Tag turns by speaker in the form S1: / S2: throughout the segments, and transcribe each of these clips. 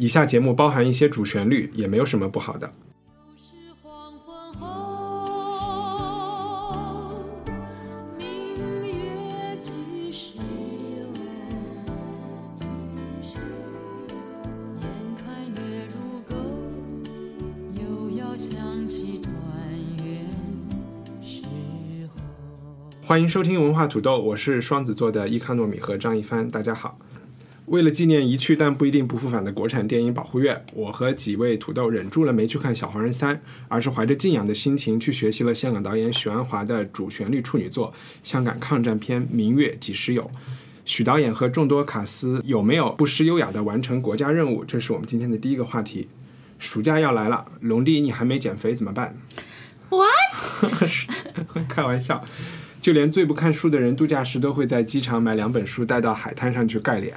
S1: 以下节目包含一些主旋律，也没有什么不好的。
S2: 是黄昏后，明月几时有？眼看月如钩，又要想起团圆时候。
S1: 欢迎收听文化土豆，我是双子座的伊康糯米和张一帆，大家好。为了纪念一去但不一定不复返的国产电影保护月，我和几位土豆忍住了没去看《小黄人三》，而是怀着敬仰的心情去学习了香港导演许鞍华的主旋律处女作香港抗战片《明月几时有》。许导演和众多卡司有没有不失优雅地完成国家任务？这是我们今天的第一个话题。暑假要来了，龙弟你还没减肥怎么办？ 开玩笑，就连最不看书的人，度假时都会在机场买两本书带到海滩上去盖脸。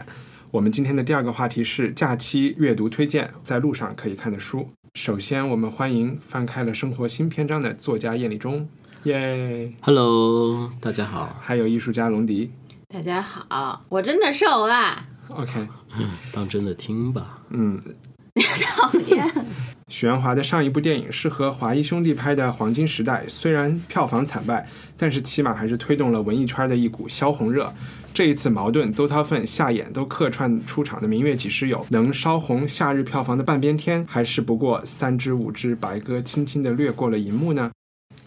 S1: 我们今天的第二个话题是假期阅读推荐，在路上可以看的书。首先，我们欢迎翻开了生活新篇章的作家叶立中，耶，
S3: Hello，大家好。
S1: 还有艺术家龙迪。
S4: 大家好，我真的瘦啦！
S1: OK，
S3: 当真的听吧，
S1: 嗯，
S4: 讨厌，
S1: 许鞍华的上一部电影是和华谊兄弟拍的《黄金时代》，虽然票房惨败，但是起码还是推动了文艺圈的一股萧红热。这一次，矛盾、邹韬奋、夏衍都客串出场的《明月几时有》，能烧红夏日票房的半边天，还是不过三只五只白鸽轻轻地掠过了银幕呢？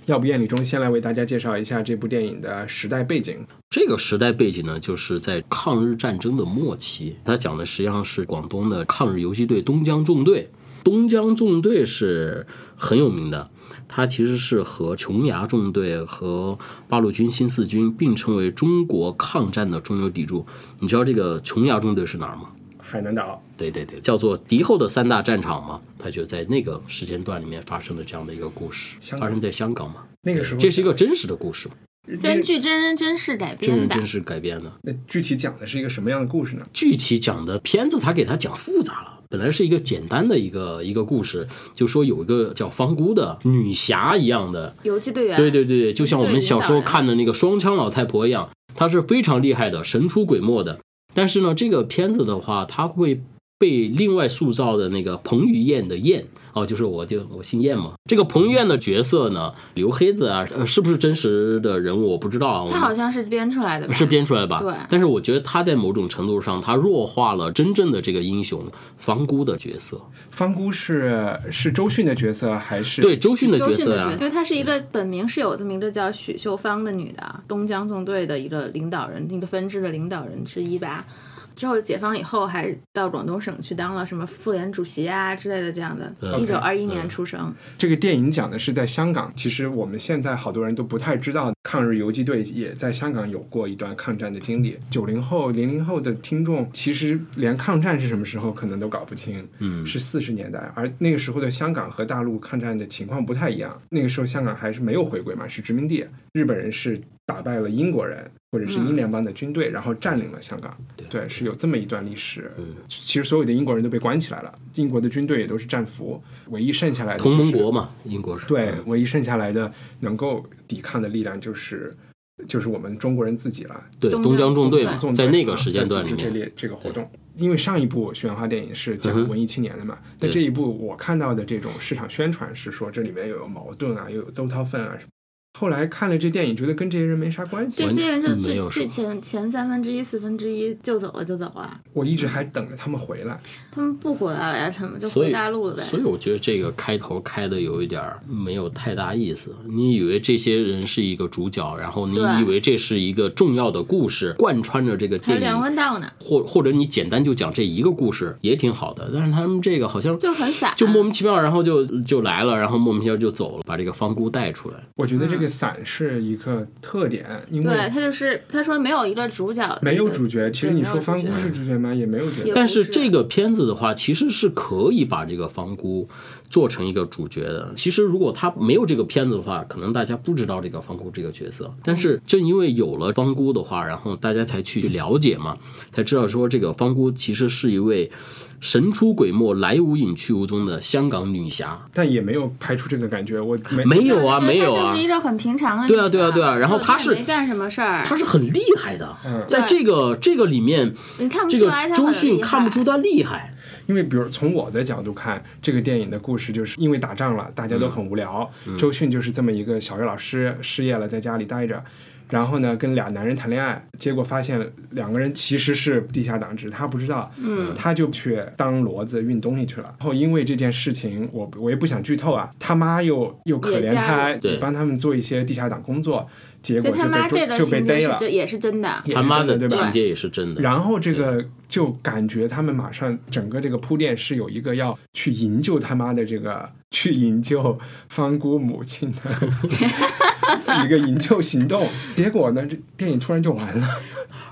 S1: 要不，燕礼中先来为大家介绍一下这部电影的时代背景。
S3: 这个时代背景呢，就是在抗日战争的末期。它讲的实际上是广东的抗日游击队东江纵队。东江纵队是很有名的，它其实是和琼崖纵队和八路军、新四军并称为中国抗战的中流砥柱。你知道这个琼崖纵队是哪儿吗？
S1: 海南岛，
S3: 对对对，叫做敌后的三大战场嘛，它就在那个时间段里面发生了这样的一个故事，
S1: 香港
S3: 发生在香港嘛。
S1: 那个时候
S3: 这是一个真实的故事嘛，
S4: 根据真人真事
S3: 真
S4: 改编
S3: 人
S4: 的。
S3: 真事改编的。
S1: 那具体讲的是一个什么样的故事呢？
S3: 具体讲的片子，他给他讲复杂了。本来是一个简单的一个一个故事，就说有一个叫方姑的女侠一样的，
S4: 游击队员，
S3: 对对对，就像我
S4: 啊对
S3: 们
S4: 领
S3: 小时候
S4: 导人啊
S3: 看的那个双枪老太婆一样，她是非常厉害的，神出鬼没的。但是呢，这个片子的话，它会被另外塑造的那个彭于晏的晏哦，就是我就我姓晏嘛。这个彭于晏的角色呢，刘黑子啊，呃，是不是真实的人物我不知道啊，我们
S4: 他好像是编出来的吧？
S3: 是编出来吧？
S4: 对
S3: 但是我觉得他在某种程度上，他弱化了真正的这个英雄房姑的角色。
S1: 方姑是是周迅的角色还是？
S3: 对周迅的
S4: 周
S3: 角
S4: 迅
S3: 色啊
S4: 的
S3: 呀、
S4: 角色，对，她是一个本名是有这么一个叫许秀芳的女的，东江纵队的一个领导人，一个分支的领导人之一吧。之后解放以后，还到广东省去当了什么妇联主席啊之类的这样的。
S3: 嗯
S4: 一九二一年出生，
S1: 这个电影讲的是在香港，其实我们现在好多人都不太知道，抗日游击队也在香港有过一段抗战的经历。九零后、零零后的听众，其实连抗战是什么时候可能都搞不清，嗯，是四十年代，而那个时候的香港和大陆抗战的情况不太一样。那个时候香港还是没有回归嘛，是殖民地，日本人是打败了英国人或者是英联邦的军队，然后占领了香港。对，是有这么一段历史。
S3: 嗯
S1: 其实所有的英国人都被关起来了，英国的军队也都是战俘，唯一剩下来的、就是、
S3: 同盟国嘛，嗯英国是。
S1: 对，唯一剩下来的能够抵抗的力量就是就是我们中国人自己了。
S3: 对
S4: 东
S3: 东江
S4: 江
S3: 纵队嘛
S1: 纵
S4: 纵，
S3: 在
S1: 队
S3: 那
S1: 啊
S3: 个时间段里
S1: 在组织这
S3: 面，
S1: 类这个活动，因为上一部《玄花》电影是
S3: 嗯
S1: 讲
S3: 哼
S1: 文艺青年的嘛，但
S3: 对
S1: 这一部我看到的这种市场宣传是说这里面又有矛盾啊，又有邹韬奋啊什么。后来看了这电影，觉得跟这些人没啥关系
S4: 这。些人就
S3: 嗯没
S4: 最
S3: 有什
S4: 最
S3: 么
S4: 前前三分之一、四分之一就走了，就走了。
S1: 我一直还等着他们回来。
S4: 他们不回来了呀，他们就
S3: 所
S4: 回
S3: 以
S4: 大陆了呗。
S3: 所以我觉得这个开头开的有一点儿没有太大意思。你以为这些人是一个主角，然后你
S4: 对
S3: 以为这是一个重要的故事，贯穿着这个
S4: 还有
S3: 电
S4: 梁
S3: 影。
S4: 文道呢，
S3: 或或者你简单就讲这一个故事也挺好的，但是他们这个好像
S4: 就很散，啊
S3: 就莫名其妙，然后就就来了，然后莫名其妙就走了，把这个方姑带出来。
S1: 我觉得这个个伞是一个特点，因为
S4: 嗯对他就是他说没有一个主角，
S1: 没有主角。
S4: 对
S1: 其实你说
S4: 没有
S1: 方
S4: 主
S1: 姑
S4: 角
S1: 是主角吗？也没有主角
S4: 也。
S3: 但是
S4: 不是
S3: 这个片子的话，其实是可以把这个方姑做成一个主角的。其实如果他没有这个片子的话，可能大家不知道这个方姑这个角色。但是正因为有了方姑的话，然后大家才去了解嘛，才知道说这个方姑其实是一位神出鬼没、来无影去无踪的香港女侠。
S1: 但也没有拍出这个感觉， 我没
S3: 没有啊，
S4: 因为
S3: 没有
S4: 她
S3: 啊，
S4: 就是一个很平常的
S3: 对啊
S4: 女
S3: 对啊
S4: 的
S3: 对啊然后
S4: 就
S3: 她
S4: 也
S3: 是
S4: 没干什么事儿，
S3: 他是嗯很厉害的，在
S4: 对
S3: 这个这个里面，
S4: 你看不
S3: 这
S4: 出
S3: 个
S4: 来她
S3: 周
S4: 很
S3: 迅
S4: 厉
S3: 看不
S4: 害
S3: 出他厉害，
S1: 因为比如从我的角度看，这个电影的故事就是因为打仗了，大家都很无聊。周迅就是这么一个小学老师，失业了，在家里待着。然后呢，跟俩男人谈恋爱，结果发现两个人其实是地下党职，他不知道，嗯，他就去当骡子运东西去了。然后因为这件事情，我我也不想剧透啊，他妈又又可
S4: 也
S1: 怜
S4: 加入
S1: 他，
S3: 对
S1: 也帮他们做一些地下党工作，结
S4: 对
S1: 果
S4: 他
S1: 就
S4: 妈
S1: 被
S4: 这
S1: 捉
S4: 个
S1: 就被
S4: 情节
S1: 逮
S4: 是
S1: 了，
S4: 真也是真的，
S1: 也
S3: 他
S1: 是
S3: 妈
S1: 真的对吧？
S3: 情节也是真的。嗯
S1: 然后这个就感觉他们马上整个这个铺垫是有一个要去营救他妈的这个 去营救方姑母亲的 一个营救行动。结果呢，这电影突然就完了。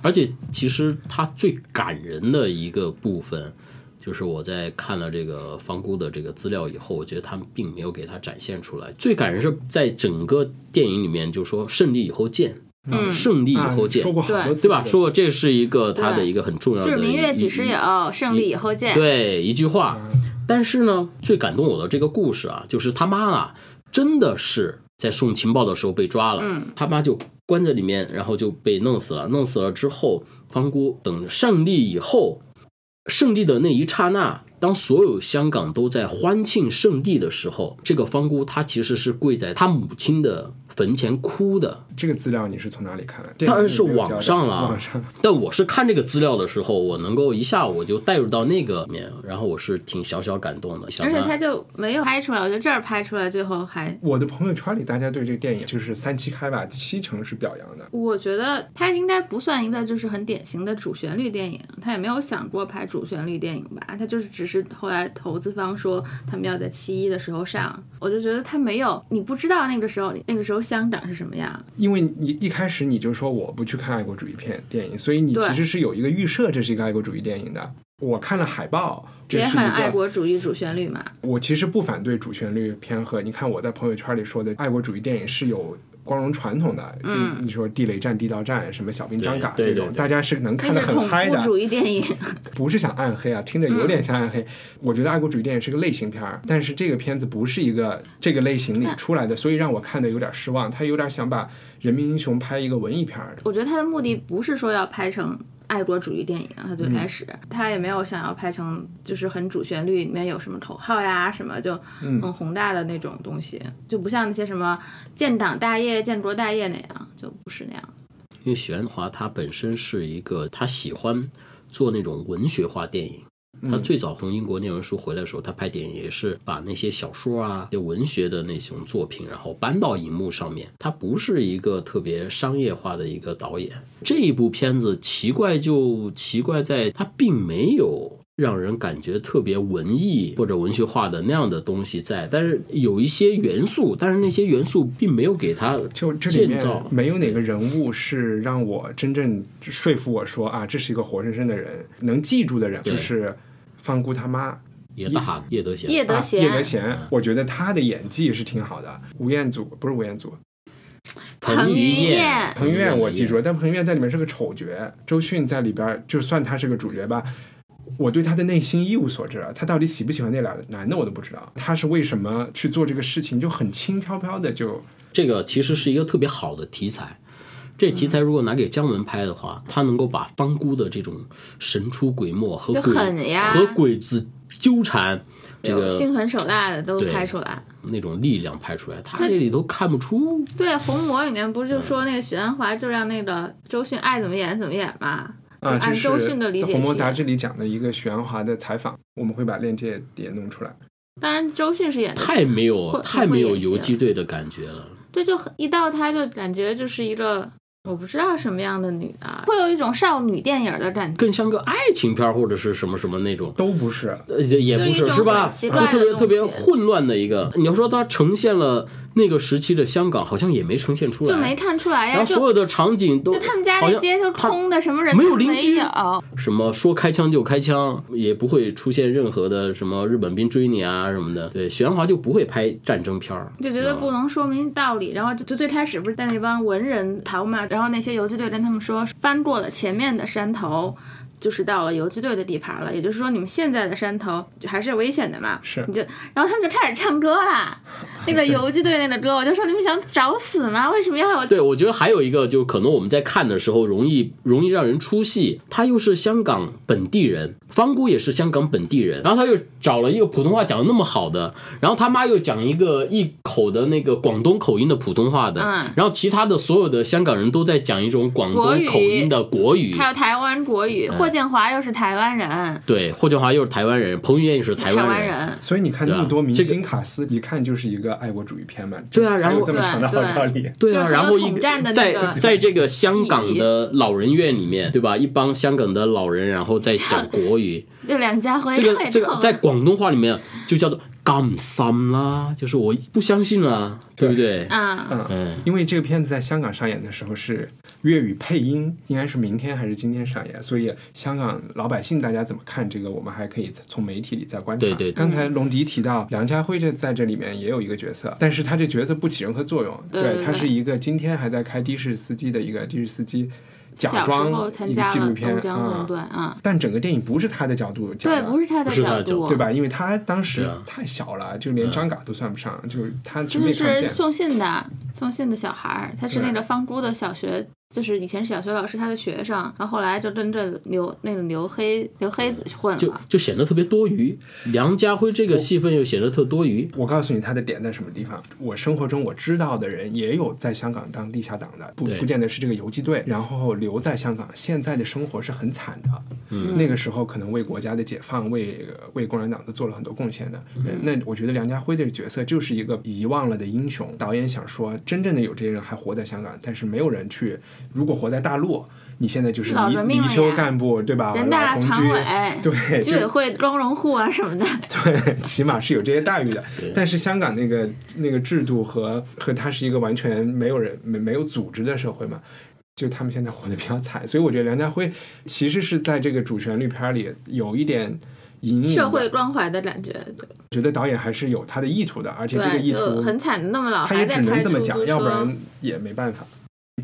S3: 而且其实它最感人的一个部分，就是我在看了这个方姑的这个资料以后，我觉得他们并没有给它展现出来。最感人是在整个电影里面，就说胜利以后见，
S4: 嗯
S3: 胜 利以
S1: 啊
S3: 后见，
S1: 说过好多
S4: 对
S1: 次
S3: 对吧？
S1: 这个
S3: 说过这是一个他的
S4: 对
S3: 一个很重要
S4: 就
S3: 的一，
S4: 是明月几时
S3: 时
S4: 有，胜利以后见。
S3: 嗯
S4: 嗯
S3: 对，一句话。但是呢，最感动我的这个故事啊，就是他妈啊，真的是在送情报的时候被抓了，
S4: 嗯
S3: 他妈就关在里面，然后就被弄死了。弄死了之后，方姑等胜利以后，胜利的那一刹那，当所有香港都在欢庆胜利的时候，这个方姑她其实是跪在她母亲的坟前哭的。
S1: 这个资料你是从哪里看的？
S3: 当然
S1: 电
S3: 是
S1: 影里没有
S3: 网
S1: 交
S3: 上了
S1: 代
S3: 啊，
S1: 网上。
S3: 但我是看这个资料的时候，我能够一下我就带入到那个里面，然后我是挺小小感动的。想
S4: 而且
S3: 看
S4: 他就没有拍出来，我觉得这儿拍出来，最后还
S1: 我的朋友圈里，大家对这个电影就是三七开吧，七成是表扬的。
S4: 我觉得他应该不算一个就是很典型的主旋律电影，他也没有想过拍主旋律电影吧，他就是只是后来投资方说他们要在七一的时候上，我就觉得他没有，你不知道那个时候那个时候香港是什么样，
S1: 因为你一开始你就说我不去看爱国主义片电影，所以你
S4: 对
S1: 其实是有一个预设，这是一个爱国主义电影的。我看了海报，这
S4: 也
S1: 是一
S4: 很
S1: 个
S4: 爱国主义主旋律嘛，
S1: 我其实不反对主旋律偏和，你看我在朋友圈里说的爱国主义电影是有光荣传统的，
S4: 嗯
S1: 就你说地雷战、地道战、什么小兵张嘎
S3: 对
S1: 这
S3: 对
S1: 种，
S3: 对对
S1: 大家是能看得
S4: 那是
S1: 很
S4: 恐
S1: 嗨的
S4: 怖，主义嗯电影，
S1: 不是想暗黑啊，听着有点像暗黑。我觉得爱国主义电影是个类型片儿，但是这个片子不是一个这个类型里出来的，所以让我看的有点失望。他有点想把人民英雄拍一个文艺片儿，
S4: 我觉得他的目的不是说要拍成爱国主义电影，他最开
S1: 嗯
S4: 始、他也没有想要拍成就是很主旋律，里面有什么口号呀什么就
S1: 嗯
S4: 很宏大的那种东西，就不像那些什么建党大业、建国大业那样，就不是那样。
S3: 因为许鞍华他本身是一个，他喜欢做那种文学化电影。他最早从英国念完书回来的时候，他拍电影也是把那些小说啊、就文学的那种作品，然后搬到荧幕上面。他不是一个特别商业化的一个导演。这一部片子奇怪就奇怪在它并没有让人感觉特别文艺或者文学化的那样的东西在，但是有一些元素，但是那些元素并没有给他
S1: 就这里
S3: 建
S1: 面
S3: 造。
S1: 没有哪个人物是让我真正说服我说啊，这是一个活生生的人，能记住的人
S3: 对
S1: 就是方姑他妈。
S3: 也大叶德娴，
S4: 叶德
S1: 啊
S4: 娴，
S1: 叶德娴，我觉得她的演技是挺好的。吴彦祖不是吴彦祖，
S4: 彭于晏，
S1: 彭于晏我记住了，但彭于晏在里面是个丑角，周迅在里边儿就算他是个主角吧，我对他的内心一无所知，他到底喜不喜欢那俩男的我都不知道，他是为什么去做这个事情，就很轻飘飘的就
S3: 这个其实是一个特别好的题材。这题
S4: 嗯
S3: 材如果拿给姜文拍的话，他能够把方姑的这种神出鬼没和
S4: 就
S3: 鬼
S4: 狠呀
S3: 和鬼子纠缠这
S4: 有心
S3: 个
S4: 狠手辣的都
S3: 对
S4: 拍出来。
S1: 嗯
S3: 那种力量拍出来，他这里头看不出。
S4: 对，《红魔》里面不是就说那个许鞍华就让那个周迅爱怎么演怎么演嘛，就
S1: 啊，这
S4: 按
S1: 是
S4: 周迅的理
S1: 在
S4: 解
S1: 红魔》
S4: 去
S1: 杂
S4: 演
S1: 志里讲的一个许鞍华的采访，我们会把链接也弄出来。
S4: 当然周迅是演的
S3: 太没有
S4: 会
S3: 太没有
S4: 会演戏啊
S3: 游击队的感觉了，
S4: 对，就很一到她就感觉就是一个我不知道什么样的女的，会有一种少女电影的感觉。
S3: 更像个爱情片或者是什么什么那种，
S1: 都不是，
S3: 呃也也
S4: 就
S3: 不
S4: 是一
S3: 是
S4: 种
S3: 是吧？
S4: 很奇
S3: 就
S4: 怪的
S3: 特别
S4: 东西
S3: 特别混乱的一个。你要说它呈现了那个时期的香港好像也没呈现出来，
S4: 就没看出来
S3: 然
S4: 哎呀，
S3: 后所有
S4: 就
S3: 的场景都
S4: 就他们家
S3: 好
S4: 那
S3: 像
S4: 街都
S3: 他
S4: 空的，什么人
S3: 没
S4: 都
S3: 有邻居
S4: 没有
S3: 什么说开枪就开枪，也不会出现任何的什么日本兵追你啊什么的。对，许鞍华就不会拍战争片儿，
S4: 就觉得不能说明道理，然后就就最开始不是带那帮文人逃嘛，然后那些游击队跟他们说，翻过了前面的山头，就是到了游击队的地盘了，也就是说你们现在的山头就还是有危险的嘛。
S1: 是
S4: 你就，然后他们就开始唱歌 啦，那个游击队那个歌，我就说你们想找死吗？为什么要有
S3: 对，我觉得还有一个就是可能我们在看的时候容易容易让人出戏，他又是香港本地人，方姑也是香港本地人，然后他又找了一个普通话讲的那么好的，然后他妈又讲一个一口的那个广东口音的普通话的，
S4: 嗯
S3: 然后其他的所有的香港人都在讲一种广
S4: 国语
S3: 东口音的国语。嗯
S4: 还有台湾国语，霍建华又是台湾人，
S3: 对，霍建华又是台湾人，彭于晏也是台
S4: 湾
S3: 湾
S4: 人。
S1: 所以你看那么
S3: 对啊
S1: 多明
S3: 这个
S1: 星卡司，一看就是一个爱国主义片嘛，
S3: 对啊
S1: 就
S3: 然
S1: 才有
S3: 后
S1: 这么强的好
S4: 对
S1: 道理。
S3: 对啊，
S4: 就是
S3: 然后一
S4: 统
S3: 个
S4: 战的那
S3: 在
S4: 个
S3: 在这个香港的老人院里面，对吧？一帮香港的老人，然后在讲国 语，
S4: 就梁家辉
S3: 这
S4: 太
S3: 个这
S4: 逗
S3: 个
S4: 了
S3: 在广东话里面就叫做“干心啦”，就是我不相信啦，对不对？
S4: 啊、
S3: 嗯，
S1: 因为这个片子在香港上演的时候是粤语配音，应该是明天还是今天上演，所以香港老百姓大家怎么看这个，我们还可以从媒体里再观察。
S3: 对对对
S1: 刚才龙迪提到梁家辉这在这里面也有一个角色，但是他这角色不起任何作用，
S4: 对对对
S1: 他是一个今天还在开的士司机的一个的士司机，假
S4: 小时候
S1: 装
S4: 参
S1: 一个
S4: 加
S1: 纪录
S4: 了
S1: 片
S4: 东江
S1: 啊
S4: 纵、队啊，
S1: 但整个电影不是他的角度讲
S4: 对，
S1: 的，
S4: 不是他的
S3: 不是他
S4: 角
S3: 的角
S4: 度，
S3: 度
S1: 对吧？因为他当时
S3: 对啊嗯
S1: 太小了，就连张嘎都算不上，就是他
S4: 这
S1: 真
S4: 就
S1: 没看
S4: 是
S1: 见。
S4: 送信的，送信的小孩儿，他是
S1: 对
S4: 那个方姑的小学，就是以前是小学老师他的学生，然后后来就跟着刘那个刘黑刘黑子混
S3: 就
S4: 了。
S3: 就显得特别多余。梁家辉这个戏份又显得特多余。
S1: 我告诉你他的点在什么地方。我生活中我知道的人也有在香港当地下党的，不
S3: 对
S1: 不见得是这个游击队，然后留在香港，现在的生活是很惨的。嗯，那个时候可能为国家的解放、为呃为共产党都做了很多贡献的。人。那我觉得梁家辉这个角色就是一个遗忘了的英雄。导演想说，真正的有这些人还活在香港，但是没有人去。如果活在大陆，你现在就是
S4: 老
S1: 泥
S4: 革命了
S1: 泥鳅
S4: 呀
S1: 干部对吧？
S4: 人大
S1: 老红
S4: 常
S1: 军
S4: 委、
S1: 对，
S4: 居
S1: 就
S4: 委会、光荣户啊什么的，
S1: 对，起码是有这些待遇的。但是香港那个那个制度和和它是一个完全没有人没没有组织的社会嘛，就他们现在活得比较惨，所以我觉得梁家辉其实是在这个主旋律片儿里有一点隐隐的
S4: 社会关怀的感觉，对
S1: 觉得导演还是有他的意图的，而且这个
S4: 对，
S1: 意图
S4: 就很惨，那么老
S1: 他
S4: 还
S1: 也
S4: 在
S1: 只能
S4: 拍
S1: 这
S4: 出
S1: 么
S4: 租
S1: 讲，要不
S4: 车
S1: 然。也没办法。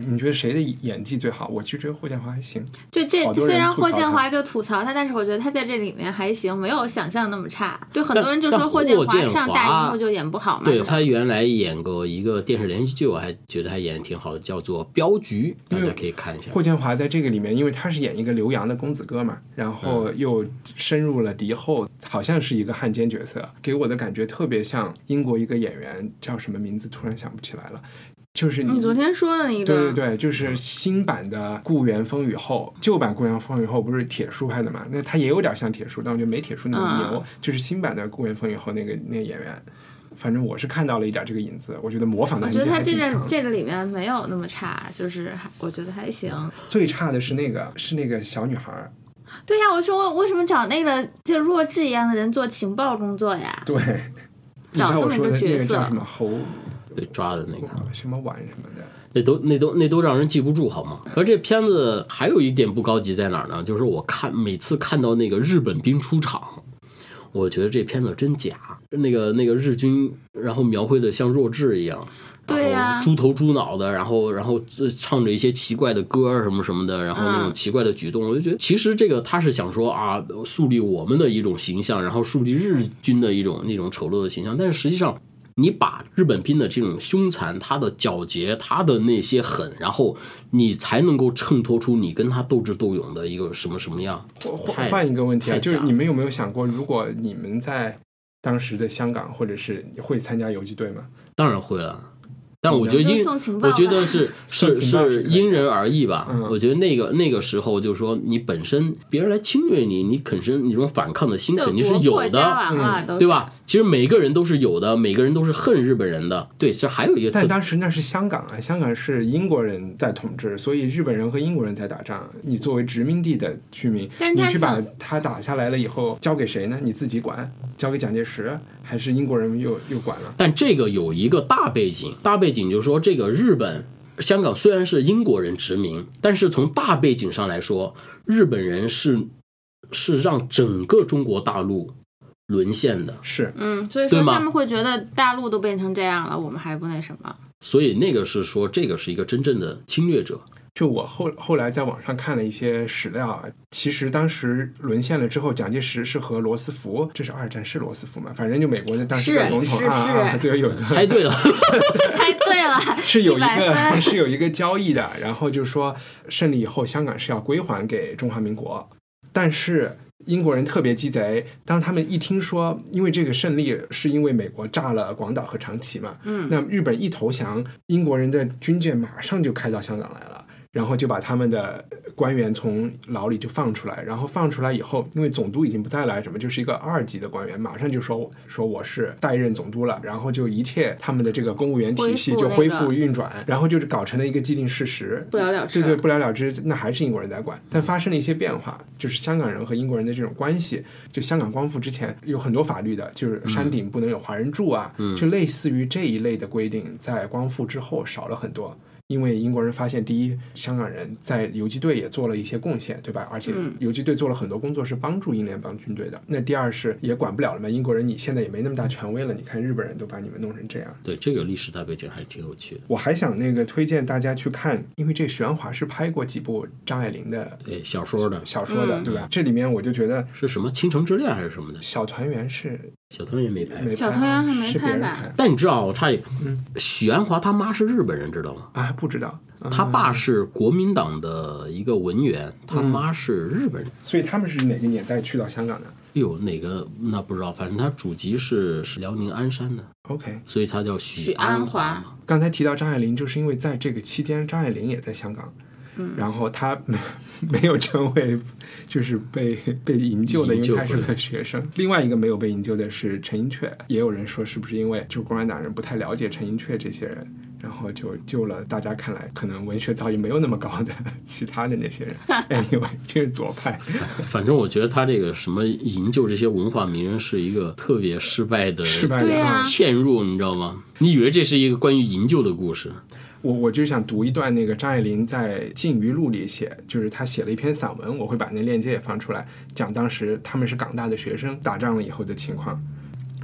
S1: 你觉得谁的演技最好？我其实觉得霍建华还行，
S4: 就这
S1: 好，多人
S4: 虽然
S1: 吐
S4: 霍
S1: 槽
S4: 建
S1: 他
S4: 华就吐槽他，但是我觉得他在这里面还行，没有想象那么差。对，很
S3: 但
S4: 多人就
S3: 但
S4: 说
S3: 霍
S4: 建华
S3: 建
S4: 上大荧
S3: 华
S4: 幕就演不好嘛。
S3: 对他原来演过一个电视连续剧，我还觉得他演的挺好的，叫做《镖局》，大家可以看一下。
S1: 霍建华在这个里面，因为他是演一个留洋的公子哥嘛，然后又深入了敌后，好像是一个汉奸角色，给我的感觉特别像英国一个演员，叫什么名字突然想不起来了，就是你
S4: 你嗯昨天说的一个，
S1: 对对对，就是新版的《故园风雨后》，旧版《故园风雨后》不是铁树拍的嘛？那他也有点像铁树，但我觉得没铁树那
S4: 嗯
S1: 么牛。就是新版的《故园风雨后》那个那个演员，反正我是看到了一点这个影子，我觉得模仿的
S4: 我
S1: 痕
S4: 觉
S1: 迹
S4: 得他
S1: 还
S4: 这
S1: 挺
S4: 个
S1: 强。
S4: 这个里面没有那么差，就是还我觉得还行。
S1: 最差的是那个是那个小女孩儿，
S4: 对呀、我说我为什么找那个就弱智一样的人做情报工作 呀？
S1: 对，你
S4: 找
S1: 知道
S4: 这
S1: 我
S4: 么一
S1: 说
S4: 个
S1: 的那
S4: 角
S1: 个叫
S4: 色
S1: 什么侯
S3: 被抓的那个。
S1: 什么婉什么的，
S3: 那都那都那都让人记不住好吗？而这片子还有一点不高级在哪儿呢？就是我看每次看到那个日本兵出场，我觉得这片子真假。那个那个日军，然后描绘的像弱智一样，
S4: 对呀
S3: 然后猪头猪脑的，然后然后呃唱着一些奇怪的歌儿什么什么的，然后那种
S4: 嗯
S3: 奇怪的举动，我就觉得其实这个他是想说啊，树立我们的一种形象，然后树立日军的一种那种丑陋的形象，但是实际上。你把日本兵的这种凶残、他的皎洁、他的那些狠，然后你才能够衬托出你跟他斗智斗勇的一个什么什么样。
S1: 换
S3: 太
S1: 换一个问题啊，
S3: 太
S1: 就是
S3: 假
S1: 你
S3: 了
S1: 们有没有想过，如果你们在当时的香港，或者是会参加游击队吗？
S3: 当然会了，但我觉得
S4: 就
S3: 因
S4: 送情报
S3: 我觉得
S4: 吧
S3: 是
S1: 送
S3: 是
S1: 情报是
S3: 是
S1: 可以
S3: 因人而异吧
S1: 嗯。
S3: 我觉得那个那个时候就是说，你本身别人来侵略你，你本身你这种反抗的心
S4: 就
S3: 肯定是
S4: 国破
S3: 有
S4: 家
S3: 的，
S4: 亡
S1: 嗯
S4: 啊，都
S3: 对？吧？其实每个人都是有的，每个人都是恨日本人的。对，其实还有一个
S1: 但
S3: 特
S1: 当时那是香港啊，香港是英国人在统治，所以日本人和英国人在打仗。你作为殖民地的居民
S4: 但，是
S1: 你
S4: 他
S1: 去把
S4: 可
S1: 它打下来了以后，交给谁呢？你自己管。交给蒋介石，还是英国人又又管了？
S3: 但这个有一个大背景，大背景就是说，这个日本、香港虽然是英国人殖民，但是从大背景上来说，日本人是是让整个中国大陆沦陷的，
S1: 是
S4: 嗯，所以
S3: 对
S4: 说
S3: 吗
S4: 他们会觉得大陆都变成这样了，我们还不那什 么？
S3: 所以那个是说这个是一个真正的侵略者。
S1: 就我后后来在网上看了一些史料啊，其实当时沦陷了之后，蒋介石是和罗斯福，这是二战是罗斯福嘛？反正就美国的当时的
S4: 是
S1: 总统
S4: 是
S1: 啊啊，
S4: 是
S1: 他最后有一个
S3: 猜对了，
S4: 猜对了，
S1: 是有一
S4: 100
S1: 个
S4: 分
S1: 是有一个交易的，然后就说胜利以后香港是要归还给中华民国，但是英国人特别鸡贼，当他们一听说因为这个胜利是因为美国炸了广岛和长崎嘛，嗯，那日本一投降，英国人的军舰马上就开到香港来了。然后就把他们的官员从牢里就放出来，然后放出来以后，因为总督已经不在了，什么就是一个二级的官员，马上就说说我是代任总督了，然后就一切他们的这个公务员体系就恢
S4: 恢复那
S1: 复
S4: 个
S1: 运转，然后就是搞成了一个既定事实，
S4: 不了了之
S1: 对对，不了了之，那还是英国人在管，但发生了一些变化，就是香港人和英国人的这种关系，就香港光复之前有很多法律的，就是山顶不能有华人住啊，就类似于这一类的规定，在光复之后少了很多。因为英国人发现，第一，香港人在游击队也做了一些贡献，对吧？而且
S4: 嗯
S1: 游击队做了很多工作是帮助英联邦军队的。那第二是也管不了了嘛，英国人你现在也没那么大权威了，你看日本人都把你们弄成这样。
S3: 对这个历史大背景还是挺有趣的。
S1: 我还想那个推荐大家去看，因为这个玄华是拍过几部张爱玲的
S3: 对小说的
S1: 小说
S4: 嗯
S1: 的，对吧？这里面我就觉得《
S3: 是什么《倾城之恋》还是什么的，
S1: 小团圆》是
S3: 小团圆没拍。
S1: 没
S4: 小
S1: 拍
S4: 团圆
S1: 啊
S4: 还没
S1: 是别
S4: 拍
S1: 人
S4: 吧
S1: 拍
S3: 但你知道，我插一，许鞍华他妈是日本人，知道吗？
S1: 啊？不知道，嗯
S3: 他爸是国民党的一个文员，他妈是日本人。
S1: 所以他们是哪个年代去到香港的
S3: 哎呦，哪个那不知道，反正他祖籍是是辽宁鞍山的，
S1: ？OK，
S3: 所以他叫许
S4: 许鞍
S3: 华
S4: 华
S3: 嘛。
S1: 刚才提到张爱玲，就是因为在这个期间，张爱玲也在香港。
S4: 嗯
S1: 然后她没 有成为，就是被被营救的，因
S3: 营救
S1: 为她是
S3: 回来
S1: 个学生。另外一个没有被营救的是陈寅恪，也有人说是不是因为就共产党人不太了解陈寅恪这些人，然后就救了大家看来可能文学造诣没有那么高的 其他的那些 人。Anyway，这是左派。
S3: 反正我觉得他这个什么营救这些文化名人是一个特别失败的
S1: 失败的
S4: 对啊
S3: 嵌入，你知道吗？你以为这是一个关于营救的故事，
S1: 我我就想读一段那个张爱玲在《禁渔录》里写，就是她写了一篇散文，我会把那链接也放出来，讲当时他们是港大的学生打仗了以后的情况。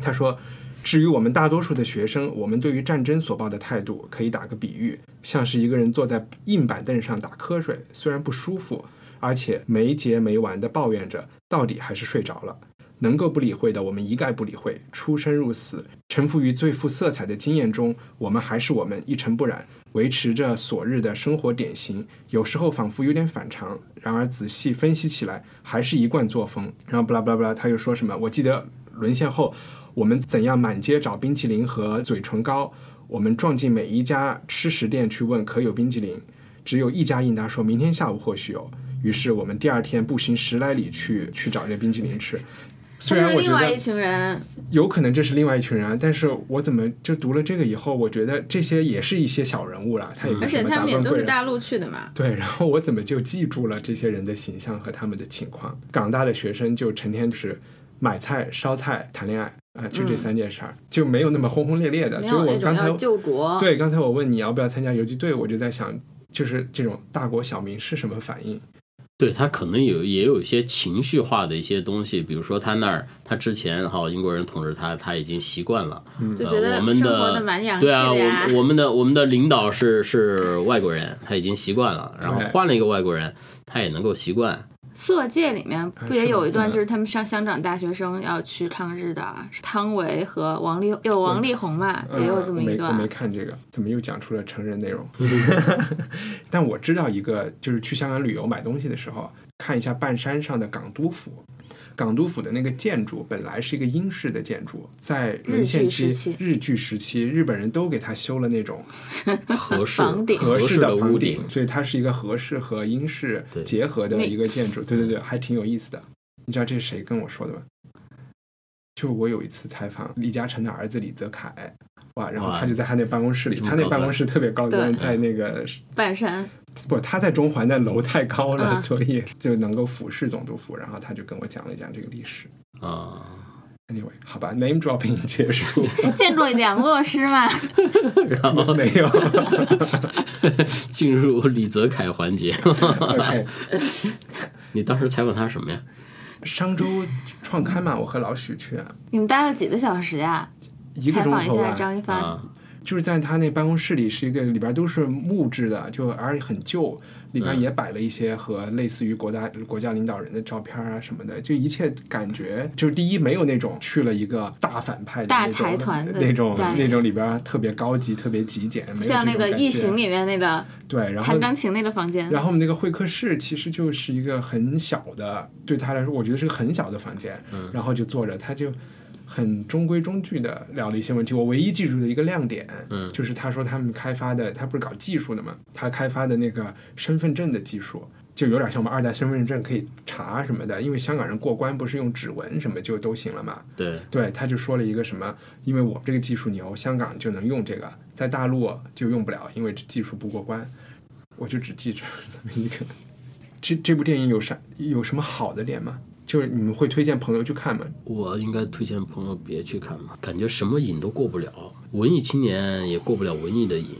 S1: 她说：“至于我们大多数的学生，我们对于战争所抱的态度，可以打个比喻，像是一个人坐在硬板凳上打瞌睡，虽然不舒服，而且没结没完的抱怨着，到底还是睡着了。”能够不理会的，我们一概不理会；出生入死，沉浮于最富色彩的经验中，我们还是我们，一尘不染，维持着所日的生活典型。有时候仿佛有点反常，然而仔细分析起来，还是一贯作风。然后巴拉巴拉巴拉，他又说什么？我记得沦陷后，我们怎样满街找冰淇淋和嘴唇膏？我们撞进每一家吃食店去问可有冰淇淋，只有一家应答说明天下午或许有。于是我们第二天步行十来里去去找这冰淇淋吃。虽
S4: 这
S1: 然
S4: 是
S1: 我觉
S4: 另外
S1: 得
S4: 一群人，
S1: 有可能这是另外一群人啊，但是我怎么就读了这个以后，我觉得这些也是一些小人物了，他也不
S4: 而
S1: 是
S4: 且
S1: 什么
S4: 他
S1: 大
S4: 们也
S1: 官
S4: 都
S1: 贵
S4: 是
S1: 人。
S4: 大陆去的嘛。
S1: 对，然后我怎么就记住了这些人的形象和他们的情况？港大的学生就成天就是买菜、烧菜、谈恋爱啊、就这三件事儿，就没有那么轰轰烈烈的。
S4: 嗯没
S1: 啊所以
S4: 有
S1: 我
S4: 那种
S1: 刚才
S4: 要救国，
S1: 对刚才我问你要不要参加游击队，我就在想，就是这种大国小民是什么反应？
S3: 对他可能有也有一些情绪化的一些东西，比如说他那儿他之前哈英国人统治他，他已经习惯了，
S4: 嗯就
S3: 呃
S4: 觉得
S3: 我们
S4: 生活
S3: 的
S4: 的蛮洋气
S3: 对啊，
S4: 的呀
S3: 我我们的我们的领导是是外国人，他已经习惯了，然后
S1: 对
S3: 换了一个外国人，他也能够习惯。
S4: 色戒里面不
S1: 是
S4: 也
S1: 吗
S4: 有一
S1: 嗯
S4: 段，就是他们上香港大学生要去抗日的啊，是汤唯和王力有王力宏嘛，也有这么
S1: 呃我
S4: 一
S1: 没我
S4: 段
S1: 没。看这个，怎么又讲出了成人内容？但我知道一个，就是去香港旅游买东西的时候，看一下半山上的港督府。港督府的那个建筑本来是一个英式的建筑，在沦陷期
S4: 日据时期、
S1: 日据时期，日本人都给它修了那种
S3: 合适
S4: 房顶
S3: 合适
S1: 的
S3: 屋
S1: 房
S3: 顶
S1: 顶，，所以它是一个合适和英式
S3: 对
S1: 结合的一个建筑。对对对，还挺有意思的。你知道这是谁跟我说的吗？就是我有一次采访李嘉诚的儿子李泽楷，哇，然后
S3: 哇
S1: 他就在他那办公室里，
S3: 这么
S1: 他那
S3: 高
S1: 办公
S3: 端
S1: 室特别高
S4: 对
S1: 端，在那个
S4: 半山，
S1: 不，他在中环，但楼太高 了，
S4: 嗯
S1: 所以就能够俯视总督府。然后他就跟我讲了讲这个历史。
S3: 啊。
S1: Anyway，好吧，name dropping 结束，
S4: 见过两落师嘛？
S3: 然后
S1: 没有。
S3: 进入李泽楷环节。
S1: OK，
S3: 你当时采访他什么呀？
S1: 商周创刊嘛，我和老许去、啊、
S4: 你们待了几个小时呀、
S1: 一个
S4: 采
S1: 钟
S4: 访一
S1: 头
S4: 下
S1: 啊，
S4: 张一帆，
S3: 啊，
S1: 就是在他那办公室里是一个里边都是木质的，就而且很旧，里边也摆了一些和类似于国家国家领导人的照片啊什么的，就一切感觉就是第一没有那种去了一个大反派的那
S4: 大
S1: 种
S4: 财团的
S1: 那种
S4: 家里
S1: 那种里边特别高级特别极简，没有
S4: 像
S1: 这
S4: 那
S1: 种
S4: 个
S1: 感
S4: 《异
S1: 觉
S4: 形》里面那个
S1: 对，然后
S4: 弹钢琴那个房间，
S1: 然后我们那个会客室其实就是一个很小的，对他来说，我觉得是个很小的房间。然后就坐着，他就很中规中矩的聊了一些问题。我唯一记住的一个亮点，
S3: 嗯
S1: 就是他说他们开发的，他不是搞技术的嘛，他开发的那个身份证的技术。就有点像我们二代身份证可以查什么的，因为香港人过关不是用指纹什么就都行了嘛。
S3: 对，
S1: 对，他就说了一个什么，因为我们这个技术牛，香港就能用这个，在大陆就用不了，因为这技术不过关。我就只记着这么一个。这这部电影有啥有什么好的点吗？就是你们会推荐朋友去看吗？
S3: 我应该推荐朋友别去看吧，感觉什么瘾都过不了，文艺青年也过不了文艺的瘾，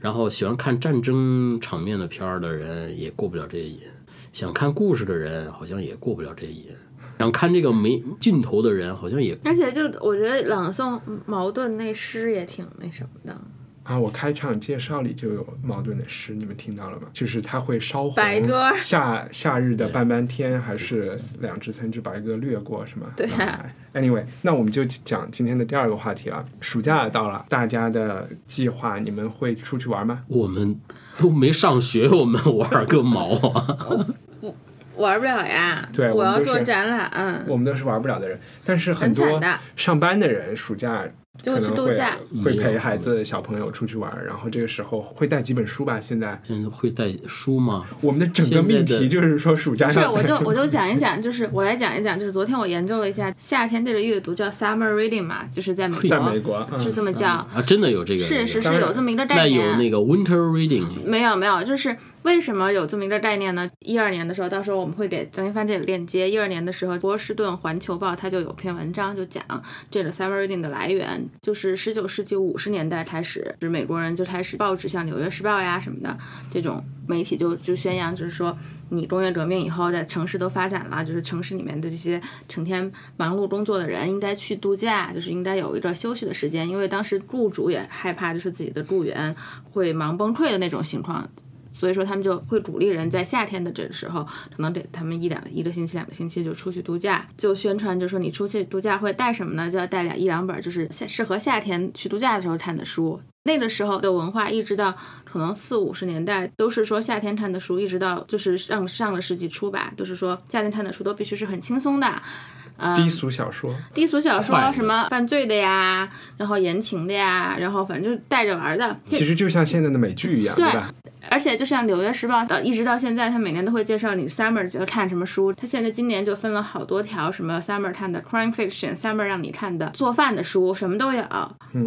S3: 然后喜欢看战争场面的片儿的人也过不了这些瘾，想看故事的人好像也过不了这些瘾，想看这个没尽头的人好像也
S4: 而且就我觉得朗诵矛盾那诗也挺那什么的，
S1: 啊，我开场介绍里就有矛盾的诗，你们听到了吗？就是他会烧红
S4: 白鸽
S1: 夏夏日的半半天，还是两只三只白鸽掠过，是吗？
S4: 对啊
S1: 然后来 Anyway，那我们就讲今天的第二个话题了。暑假到了，大家的计划，你们会出去玩吗？
S3: 我们都没上学，我们玩个毛啊！
S4: 玩不了呀。
S1: 对
S4: 我
S1: 我们
S4: 要
S1: 都
S4: 做
S1: 是
S4: 展览，
S1: 我们都是玩不了的人，但是很
S4: 很
S1: 多
S4: 惨的
S1: 上班的人暑假
S4: 就
S1: 可
S4: 去
S1: 能
S4: 度
S1: 会啊
S4: 假
S3: 嗯
S1: 会陪孩子、小朋友出去玩，然后这个时候会带几本书吧。现在
S3: 现在会带书吗？
S1: 我们的整个命
S3: 现在的
S1: 题就是说暑假
S4: 是
S1: 要
S4: 我就
S1: 带书
S4: 我就讲一讲，就是我来讲一讲，就是昨天我研究了一下夏天这个阅读叫 summer reading 嘛，就是在美国，
S1: 在美国，
S4: 是
S1: 嗯，
S4: 这么叫，
S3: 啊，真的有这个
S4: 是是
S3: 那个
S4: 是有这么一个概
S3: 那
S4: 念。
S3: 有那个 winter reading，
S4: 没有没有，就是为什么有这么一个概念呢？一二年的时候，到时候我们会给张一帆这个链接。一二年的时候，波士顿环球报它就有篇文章就讲这个 summer reading 的来源，就是十九世纪五十年代开始，就是美国人就开始报纸，像《纽约时报》呀什么的这种媒体就就宣扬，就是说你工业革命以后，在城市都发展了，就是城市里面的这些成天忙碌工作的人应该去度假，就是应该有一个休息的时间，因为当时雇主也害怕，就是自己的雇员会忙崩溃的那种情况。所以说，他们就会鼓励人在夏天的这个时候，可能得他们一两一个星期、两个星期就出去度假，就宣传就说你出去度假会带什么呢？就要带两一两本就是夏适合夏天去度假的时候看的书。那个时候的文化，一直到可能四五十年代，都是说夏天看的书，一直到就是上上个世纪初吧，都是说夏天看的书都必须是很轻松的，嗯
S1: 低俗小说，
S4: 低俗小
S3: 快乐
S4: 说，什么犯罪的呀，然后言情的呀，然后反正就是带着玩儿的。
S1: 其实就像现在的美剧一样，
S4: 对
S1: 吧？
S4: 而且就像《纽约时报》到一直到现在，它每年都会介绍你 summer 要看什么书。它现在今年就分了好多条，什么 summer 看的 crime fiction，summer 让你看的做饭的书，什么都有。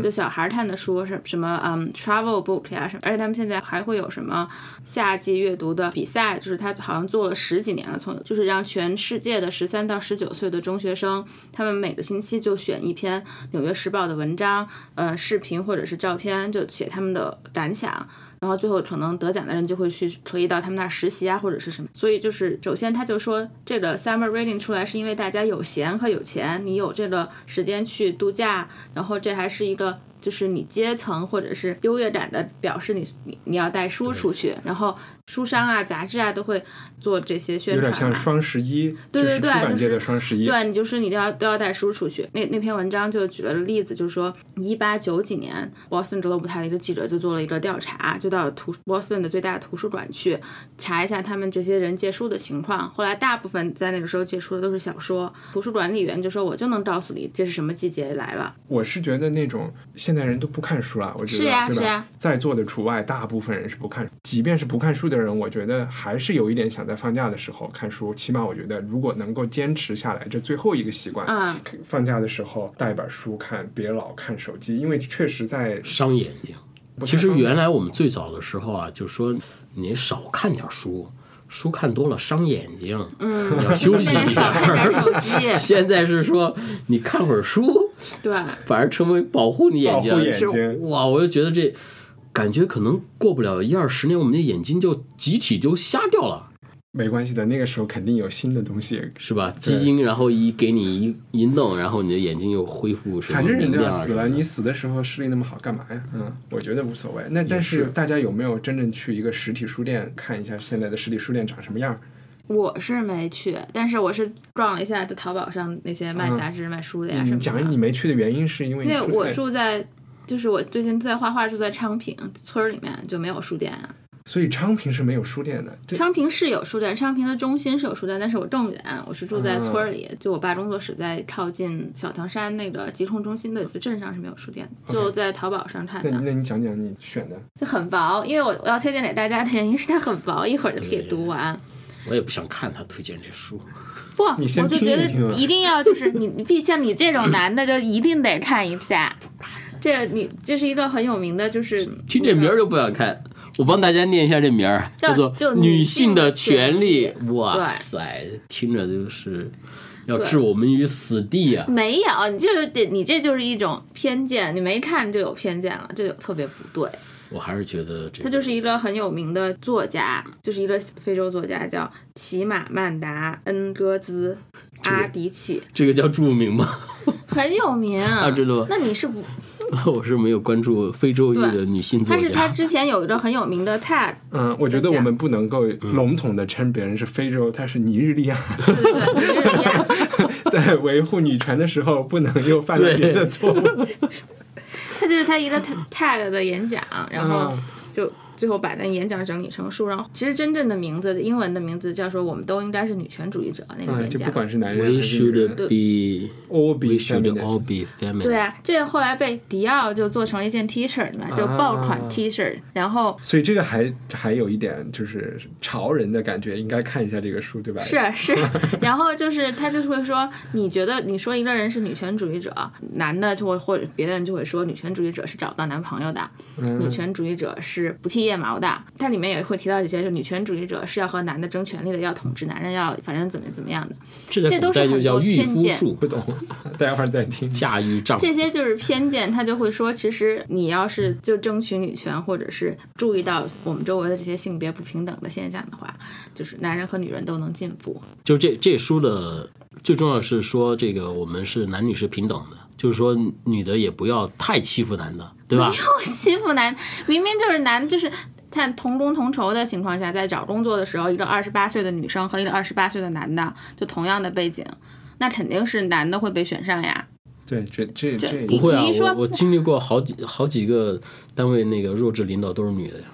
S4: 就小孩儿看的书，什什么嗯 travel book 呀、什么。而且他们现在还会有什么夏季阅读的比赛，就是他好像做了十几年了，从就是让全世界的十三到十九岁的中学生，他们每个星期就选一篇《纽约时报》的文章，呃，视频或者是照片，就写他们的感想。然后最后可能得奖的人就会去可以到他们那儿实习啊，或者是什么。所以就是，首先他就说这个 summer reading 出来是因为大家有闲和有钱，你有这个时间去度假，然后这还是一个就是你阶层或者是优越感的表示你，你你要带书出去，然后书商啊、杂志啊都会做这些宣
S1: 有
S4: 传嘛。
S1: 点像双十一，
S4: 对对
S1: 就是
S4: 对
S1: 出版界
S4: 就
S1: 的
S4: 是
S1: 双十一。
S4: 对你就是你都要都要带书出去。那那篇文章就举了例子，就是说一八九几年，Boston Globe 它的一个记者就做了一个调查，就到图 Boston 的最大的图书馆去查一下他们这些人借书的情况。后来大部分在那个时候借书的都是小说，图书管理员就说我就能告诉你这是什么季节来了。
S1: 我是觉得那种现在人都不看书了，我觉得
S4: 是呀
S1: 对吧
S4: 是呀
S1: 在座的除外，大部分人是不看。即便是不看书的人，我觉得还是有一点想在放假的时候看书。起码我觉得，如果能够坚持下来这最后一个习惯，
S4: 嗯
S1: 放假的时候带本书看，别老看手机，因为确实在
S3: 伤眼睛。
S1: 不太
S3: 其实
S1: 方便
S3: 原来我们最早的时候啊，就说你少看点书，书看多了伤眼睛，嗯，要休息一下
S4: 少。看 点手机，
S3: 现在是说你看会儿书，
S4: 对，
S3: 反而成为保护你眼睛。
S1: 保护眼睛
S3: 是哇，我就觉得这感觉可能过不了一二十年，我们的眼睛就集体就瞎掉了，
S1: 没关系的，那个时候肯定有新的东西。
S3: 是吧？基因然后一给你一一弄，然后你的眼睛又恢复什么
S1: 反正人
S3: 明
S1: 都要
S3: 亮啊
S1: 死
S3: 什么
S1: 了，
S3: 的
S1: 你死的时候视力那么好干嘛呀？嗯，我觉得无所谓。那但
S3: 也
S1: 是
S3: 是
S1: 大家有没有真正去一个实体书店看一下现在的实体书店长什么样？
S4: 我是没去，但是我是撞了一下在淘宝上那些卖杂志、卖书的啊呀
S1: 你
S4: 什么的。
S1: 嗯讲你没去的原因是因为
S4: 因
S1: 你
S4: 为我
S1: 太
S4: 住在，就是我最近在画画，住在昌平村儿里面，就没有书店啊。
S1: 所以昌平是没有书店的。对，
S4: 昌平是有书店，昌平的中心是有书店，但是我更远，我是住在村儿
S1: 嗯
S4: 里，就我爸工作室在靠近小唐山那个疾控中心的镇上是没有书店的，就在淘宝上看
S1: 那
S4: 的，
S1: 你那你讲讲你选的，
S4: 就很薄。因为我我要推荐给大家的原因是它很薄，一会儿就可以读完。
S3: 我也不想看他推荐这书，
S4: 不，
S1: 你先
S4: 我就
S1: 听
S4: 觉
S1: 一
S4: 得
S1: 听啊
S4: 一定要就是你，你必像你这种男的，就一定得看一下。这个你这是一个很有名的，就是
S3: 听这名儿就不想看。我帮大家念一下这名儿，啊
S4: 叫
S3: 叫做
S4: 就
S3: 《
S4: 女
S3: 女
S4: 性的
S3: 的权利
S4: 权》。利对
S3: 哇塞，听着就是要置我们于死地啊！
S4: 没有，你就是得你这就是一种偏见，你没看就有偏见了，这就特别不对。
S3: 我还是觉得这个
S4: 他就是一个很有名的作家，就是一个非洲作家，叫齐马曼达恩戈兹阿迪契，
S3: 这个叫著名吗？
S4: 很有名啊
S3: 真的吗
S4: 那你是不？
S3: 我是没有关注非洲裔的女性作
S4: 他
S3: 家。
S4: 是他之前有一个很有名的 TED
S1: 嗯，我觉得
S4: 讲
S1: 我们不能够笼统的称别人是非洲，他是尼日利亚 的，
S4: 对对对，尼日 利亚
S1: 在维护女权的时候不能又犯了别人的错误。
S4: 他就是他一个 TED 的演讲，然后
S1: 啊
S4: 就最后把那演讲整理成书，然后其实真正的名字，英文的名字叫说我们都应该是女权主义者那个
S1: 嗯，
S4: 演
S1: 就
S4: 讲。
S1: 不管是男人
S3: We
S1: 还是女
S3: should
S1: 人
S3: be
S1: ，all be
S3: we should all
S1: feminist。
S3: be feminist。
S4: 对啊，这个后来被迪奥就做成了一件 T 恤嘛，就爆款 T 恤，然后
S1: 所以这个还还有一点就是潮人的感觉，应该看一下这个书，对吧？
S3: 啊
S4: 是是，然后就是他就是会说，你觉得你说一个人是女权主义者，男的就会或者别的人就会说女权主义者是找不到男朋友的，女权主义者是不剃腋毛的。它里面也会提到一些，就女权主义者是要和男的争权利的，要统治男人，要反正怎么怎么样的。
S3: 这在
S4: 这
S3: 古
S4: 都是
S3: 代
S4: 很
S3: 就叫
S4: 多
S3: 御
S4: 偏
S3: 夫
S4: 见
S3: 术
S1: 不，懂， 待会儿再听。
S3: 驾驭丈夫
S4: 这。些就是偏见，他就会说，其实你要是就争取女权，或者是注意到我们周围的这些性别不平等的现象的话，就是男人和女人都能进步。 哦
S3: 就这这书的最重要的是说，这个我们是男女是平等的，就是说女的也不要太欺负男的，对吧？
S4: 欺负男，明明就是男，就是看同工同酬的情况下，在找工作的时候，一个二十八岁的女生和一个二十八岁的男的，就同样的背景，那肯定是男的会被选上呀。
S1: 对，这这
S4: 这
S1: 这
S3: 不会啊，
S4: 你一说
S3: 我我经历过好几好几个单位那个弱智领导都是女的呀。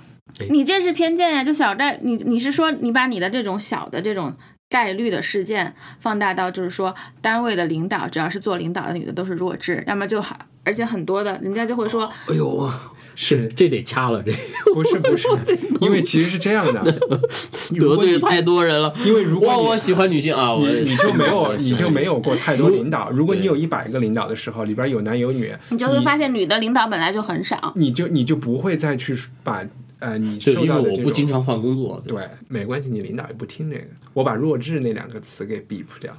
S4: 你这是偏见呀，啊就小概，你你是说你把你的这种小的这种。概率的事件放大到，就是说单位的领导，只要是做领导的女的都是弱智，要么就好，而且很多的人家就会说，
S3: 哎呦，
S1: 是
S3: 这得掐了，这
S1: 不是不是？因为其实是这样 的，
S3: 得罪太多人了。
S1: 因为如果
S3: 哇
S1: 你
S3: 我喜欢女性啊，我
S1: 你就没 有
S3: 我喜
S1: 你
S3: 欢
S1: 就没有过太多领导。如果你
S3: 对
S1: 有一百个领导的时候，里边有男有女，
S4: 你就会发现女的领导本来就很少，
S1: 你就你就不会再去把呃你
S3: 对，
S1: 受
S3: 因
S1: 到的
S3: 为我
S1: 这
S3: 不
S1: 种
S3: 经常换工作。对
S1: 对，没关系，你领导也不听这个。我把弱智那两个词给 beep 掉。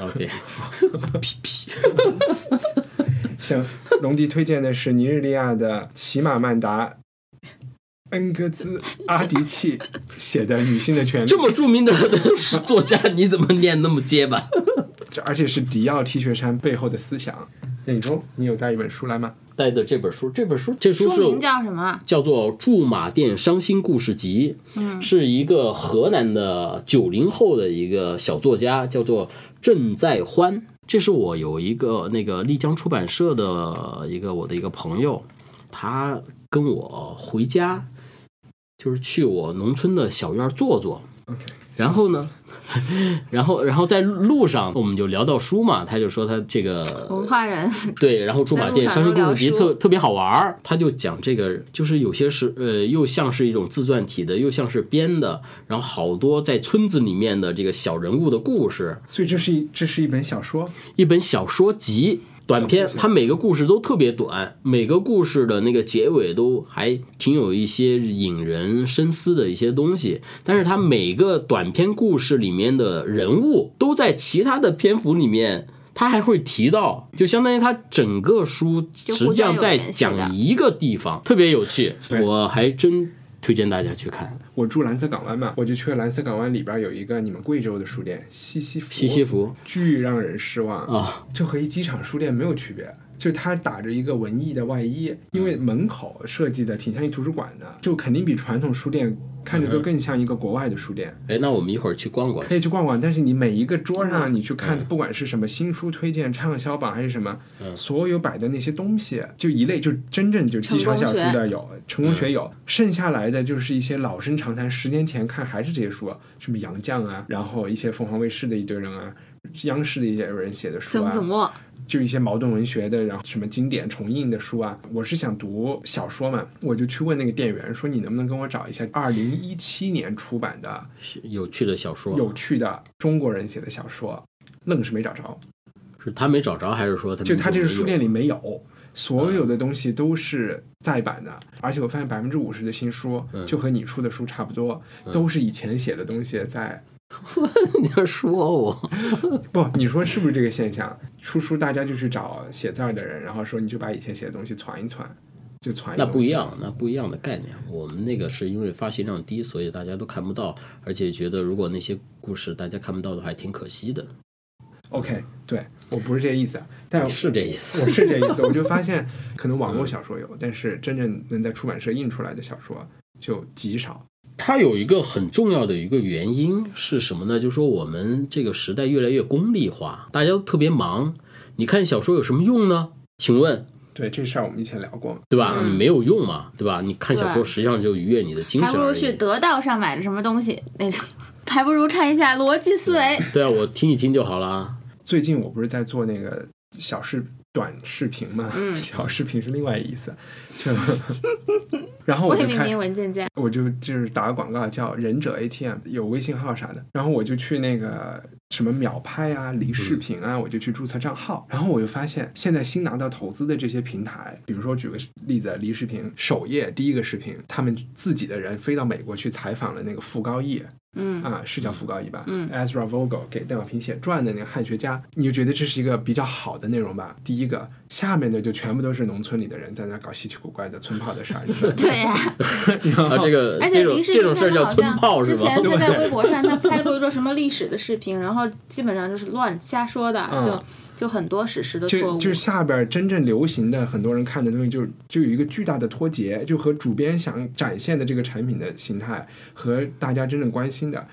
S3: ，OK，屁屁，
S1: 行，龙迪推荐的是尼日利亚的齐马曼达。恩戈兹阿迪契写的《女性的权利》，
S3: 这么著名的 作家，你怎么念那么结巴？
S1: 这而且是迪奥 T 恤衫背后的思想。那你说你有带一本书来吗？
S3: 带的这本书，这本书，这书
S4: 书
S3: 是
S4: 名叫什么？
S3: 叫做《驻马店伤心故事集》，嗯，是一个河南的九零后的一个小作家，叫做郑在欢。这是我有一个那个丽江出版社的一个我的一个朋友，他跟我回家，就是去我农村的小院儿坐坐。然后呢， 然后然后在路上我们就聊到书嘛，他就说他这个
S4: 文 化人，
S3: 对，然后驻马店
S4: 在
S3: 伤心
S4: 路上都
S3: 故
S4: 聊
S3: 事集
S4: 书
S3: 特特别好玩儿，他就讲这个，就是有些是呃，又像是一种自传体的，又像是编的，然后好多在村子里面的这个小人物的故事，
S1: 所以这是一这是一本小说，
S3: 一本小说集。短片
S1: 谢，谢
S3: 它每个故事都特别短，每个故事的那个结尾都还挺有一些引人深思的一些东西。但是它每个短篇故事里面的人物都在其他的篇幅里面。他还会提到，就相当于他整个书
S4: 就
S3: 实际上在讲一个地方，特别有趣。
S1: 对
S3: 我还真推荐大家去看
S1: 我住蓝色港湾嘛，我就去了蓝色港湾里边有一个你们贵州的书店西西弗，
S3: 《西西弗
S1: 巨让人失望》
S3: 啊、
S1: 这和一机场书店没有区别。就是它打着一个文艺的外衣，因为门口设计的挺像一图书馆的，就肯定比传统书店看着都更像一个国外的书店。
S3: 哎，那我们一会儿去逛逛。
S1: 可以去逛逛，但是你每一个桌上你去看，不管是什么新书推荐、畅销榜还是什么，所有摆的那些东西，就一类就真正就机场小书的有，成功学有，剩下来的就是一些老生常谈，十年前看还是这些书，什么杨绛啊，然后一些凤凰卫视的一堆人啊。央视的一些人写的书
S4: 曾
S1: 啊
S4: 子，墨
S1: 就一些矛盾文学的，然后什么经典重印的书啊。我是想读小说嘛，我就去问那个店员说，你能不能跟我找一下二零一七年出版的
S3: 有趣的小说，
S1: 有趣的中国人写的小说，愣是没找着。
S3: 嗯是他没找着，还是说他
S1: 就他这个书店
S3: 里
S1: 里没有，所有的东西都是再版的，而且我发现百分之五十的新书
S3: 嗯
S1: 就和你出的书差不多，都是以前写的东西在。
S3: 你要说我
S1: 不，你说是不是这个现象？出书大家就去找写字儿的人，然后说你就把以前写的东西攒一攒，就攒。
S3: 那不一样，，那不一样的概念。我们那个是因为发行量低，所以大家都看不到，而且觉得如果那些故事大家看不到的话，还挺可惜的。
S1: OK，对我不是这意思，啊但
S4: 哎
S3: 你是这意思
S1: 我是这意思。我就发现，可能网络小说有，但是真正能在出版社印出来的小说就极少。
S3: 它有一个很重要的一个原因是什么呢？就是说我们这个时代越来越功利化，大家都特别忙。你看小说有什么用呢？请问，
S1: 对这事儿我们以前聊过嘛，
S3: 对吧？你没有用嘛，对吧？你看小说
S4: 对
S3: 实际上就愉悦你的精神
S4: 还
S3: 而已。
S4: 不如去得到上买的什么东西那种，还不如看一下逻辑思维。
S3: 对啊，我听一听就好 了。啊
S1: 最近我不是在做那个小视短视频嘛，
S3: 嗯
S1: 小视频是另外意思， 就然后我
S4: 我也
S1: 就
S4: 明
S1: 看
S4: 明文件夹，
S1: 我就就是打个广告叫忍者 ATM，有微信号啥的，然后我就去那个什么秒拍啊、离
S4: 嗯
S1: 视频啊，我就去注册账号，然后我就发现现在新拿到投资的这些平台，比如说举个例子，离视频首页第一个视频，他们自己的人飞到美国去采访了那个傅高义，
S4: 嗯
S1: 啊，是叫傅高义吧？嗯，Ezra Vogel 给邓小平写传的那个汉学家，你就觉得这是一个比较好的内容吧？第一个，下面的就全部都是农村里的人在那搞稀奇古怪的村炮的事儿，你知道吗
S4: 对呀、
S3: 啊，这个
S4: 而
S3: 这
S4: 且
S3: 种
S4: 林世
S3: 这
S4: 平
S3: 种事
S4: 他
S3: 儿
S4: 们
S3: 叫
S4: 好
S3: 村
S4: 像
S3: 炮是
S4: 之
S3: 吧？
S4: 前他在
S1: 对
S4: 微博 上他拍过一个什么历史的视频，然后基本上就是乱瞎说的，
S1: 嗯
S4: 就就很多史实的错
S1: 就
S4: 误。
S1: 就下边真正流行的很多人看的东西就，就有一个巨大的脱节，就和主编想展现的这个产品的形态和大家真正关心的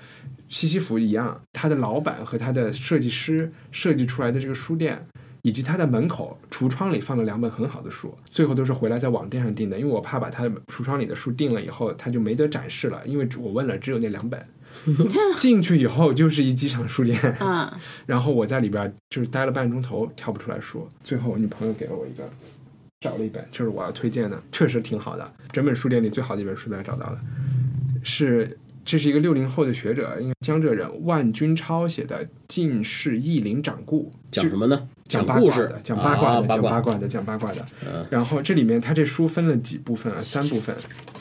S1: 西西弗一样，他的老板和他的设计师设计出来的这个书店。以及他的门口橱窗里放了两本很好的书，最后都是回来在网店上订的，因为我怕把他橱窗里的书订了以后，他就没得展示了，因为我问了只有那两 本。进去以后就是一机场书店，
S4: 嗯，
S1: 然后我在里边儿就是待了半钟头，挑不出来书。最后我女朋友给了我一个，找了一本，就是我要推荐的，确实挺好的，整本书店里最好的一本书被她找到了，是这是一个六零后的学者，应该江浙人万军超写的《近世异林掌故》，
S3: 讲什么呢？
S1: 讲八
S3: 故
S1: 卦
S3: 事
S1: 的，，讲八卦的，
S3: 啊
S1: 讲八
S3: 卦。
S1: 卦的，讲八卦的
S3: 嗯。
S1: 然后这里面他这书分了几部分啊，三部分。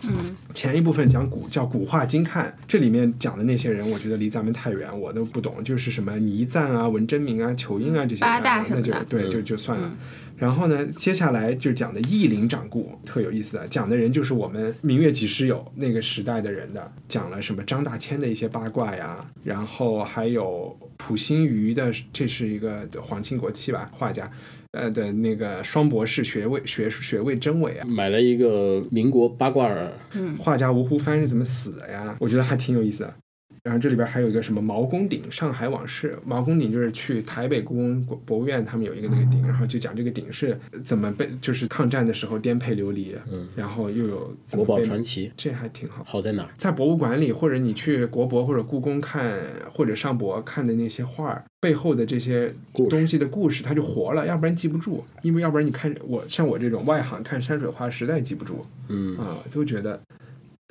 S1: 嗯，前一部分讲古叫古话今看，这里面讲的那些人，我觉得离咱们太远，我都不懂，就是什么倪瓒啊、文征明啊、仇英啊这些人
S4: 八大
S1: 啊，
S4: 什
S1: 那
S4: 么的
S1: 就对，
S3: 嗯
S1: 就就算了。然后呢，接下来就讲的义林掌故，特有意思啊，讲的人就是我们明月几时有那个时代的人的，讲了什么张大千的一些八卦呀，然后还有普心瑜的，这是一个皇亲国戚吧，画家，呃的那个双博士学位学学位真伪啊，
S3: 买了一个民国八卦耳，
S1: 画家吴湖帆是怎么死的呀？我觉得还挺有意思的。然后这里边还有一个什么毛公鼎上海往事，毛公鼎就是去台北故宫博物院，他们有一个那个
S3: 嗯
S1: 鼎，然后就讲这个鼎是怎么被，就是抗战的时候颠沛流离，然后又有怎
S3: 嗯
S1: 么
S3: 国宝
S1: 被
S3: 传奇，
S1: 这还挺好。
S3: 好在哪儿？
S1: 在博物馆里，或者你去国博或者故宫看，或者上博看的那些画儿背后的这些
S3: 故事
S1: 东西的故事，它就活了，要不然记不住，因为要不然你看我像我这种外行看山水画，实在记不住
S3: 嗯，
S1: 啊、都觉得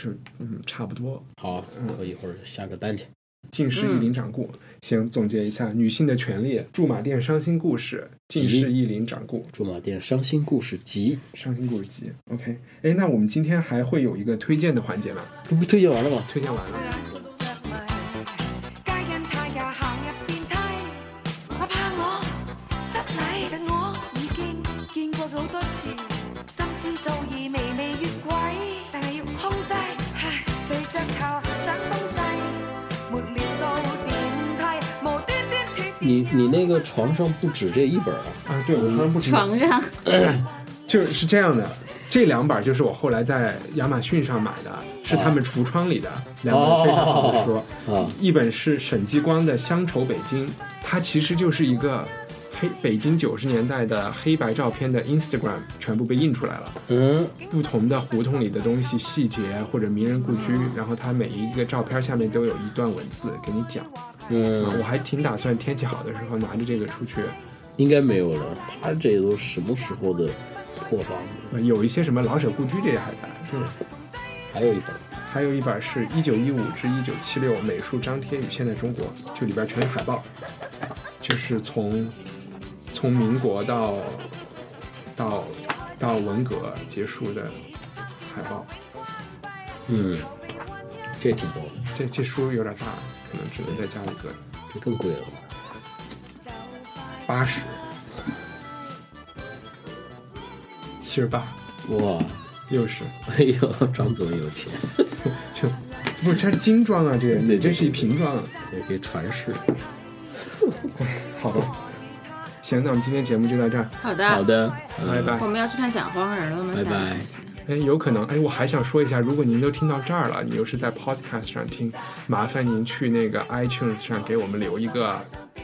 S1: 就嗯差不多。
S3: 好，我一会儿下个单去。
S1: 近视一林掌故。行，总结一下女性的权利：驻马店伤心故事、近视一林掌故、
S3: 驻马店伤心故事集，
S1: 伤心故事集。OK，哎，那我们今天还会有一个推荐的环节吗？
S3: 这不推荐完了吗？
S1: 推荐完了。
S3: 你你那个床上不止这一本啊？
S1: 啊，对，我突然不知道，
S4: 床上
S1: 就是这样的。这两本就是我后来在亚马逊上买的，是他们橱窗里的
S3: 哦
S1: 两本非常好的书。
S3: 啊，
S1: 一本是沈继光的《乡愁北京》，它其实就是一个黑北京九十年代的黑白照片的 Instagram 全部被印出来了。
S3: 嗯，
S1: 不同的胡同里的东西细节或者名人故居，
S3: 嗯
S1: 然后它每一个照片下面都有一段文字给你讲。
S3: 嗯，
S1: 我还挺打算天气好的时候拿着这个出去，
S3: 应该没有了。他这都什么时候的破房子？
S1: 呃有一些什么老舍故居这些还在，就是
S3: 还有一本，
S1: 还有一本是1915至1976美术张贴与现代中国，就里边全是海报，就是从从民国到到到文革结束的海报。
S3: 嗯，这挺多的，
S1: 这这书有点大，可能只能再加一个
S3: 这更贵了吧？
S1: 八十，七十八，
S3: 哇，
S1: 六十，
S3: 哎呦，张总有钱，
S1: 就不，这是精装啊，这个你这是一瓶装啊。
S3: 也可以传世。
S1: 好吧，行，那我们今天节目就到这儿，
S4: 好的，
S3: 好的，嗯
S1: 拜拜
S4: 我。们要去看讲黄人了吗？
S3: 拜拜
S4: 下一期
S1: 哎，有可能哎，我还想说一下，如果您都听到这儿了，你又是在 Podcast 上听，麻烦您去那个 iTunes 上给我们留一个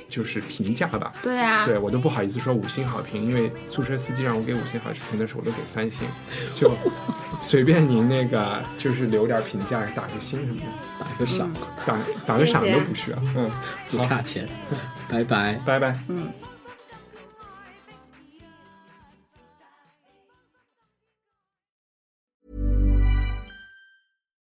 S1: 就是评价吧。
S4: 对啊，
S1: 对我都不好意思说五星好评，因为租车司机让我给五星好评的时候，我都给三星，就 随便您那个就是留点评价，打个星什么的，嗯
S3: 打个赏，
S1: 打打个赏
S4: 谢谢
S1: 都不是啊。嗯，
S3: 不
S1: 好，
S3: 差钱，拜拜。
S1: 拜拜。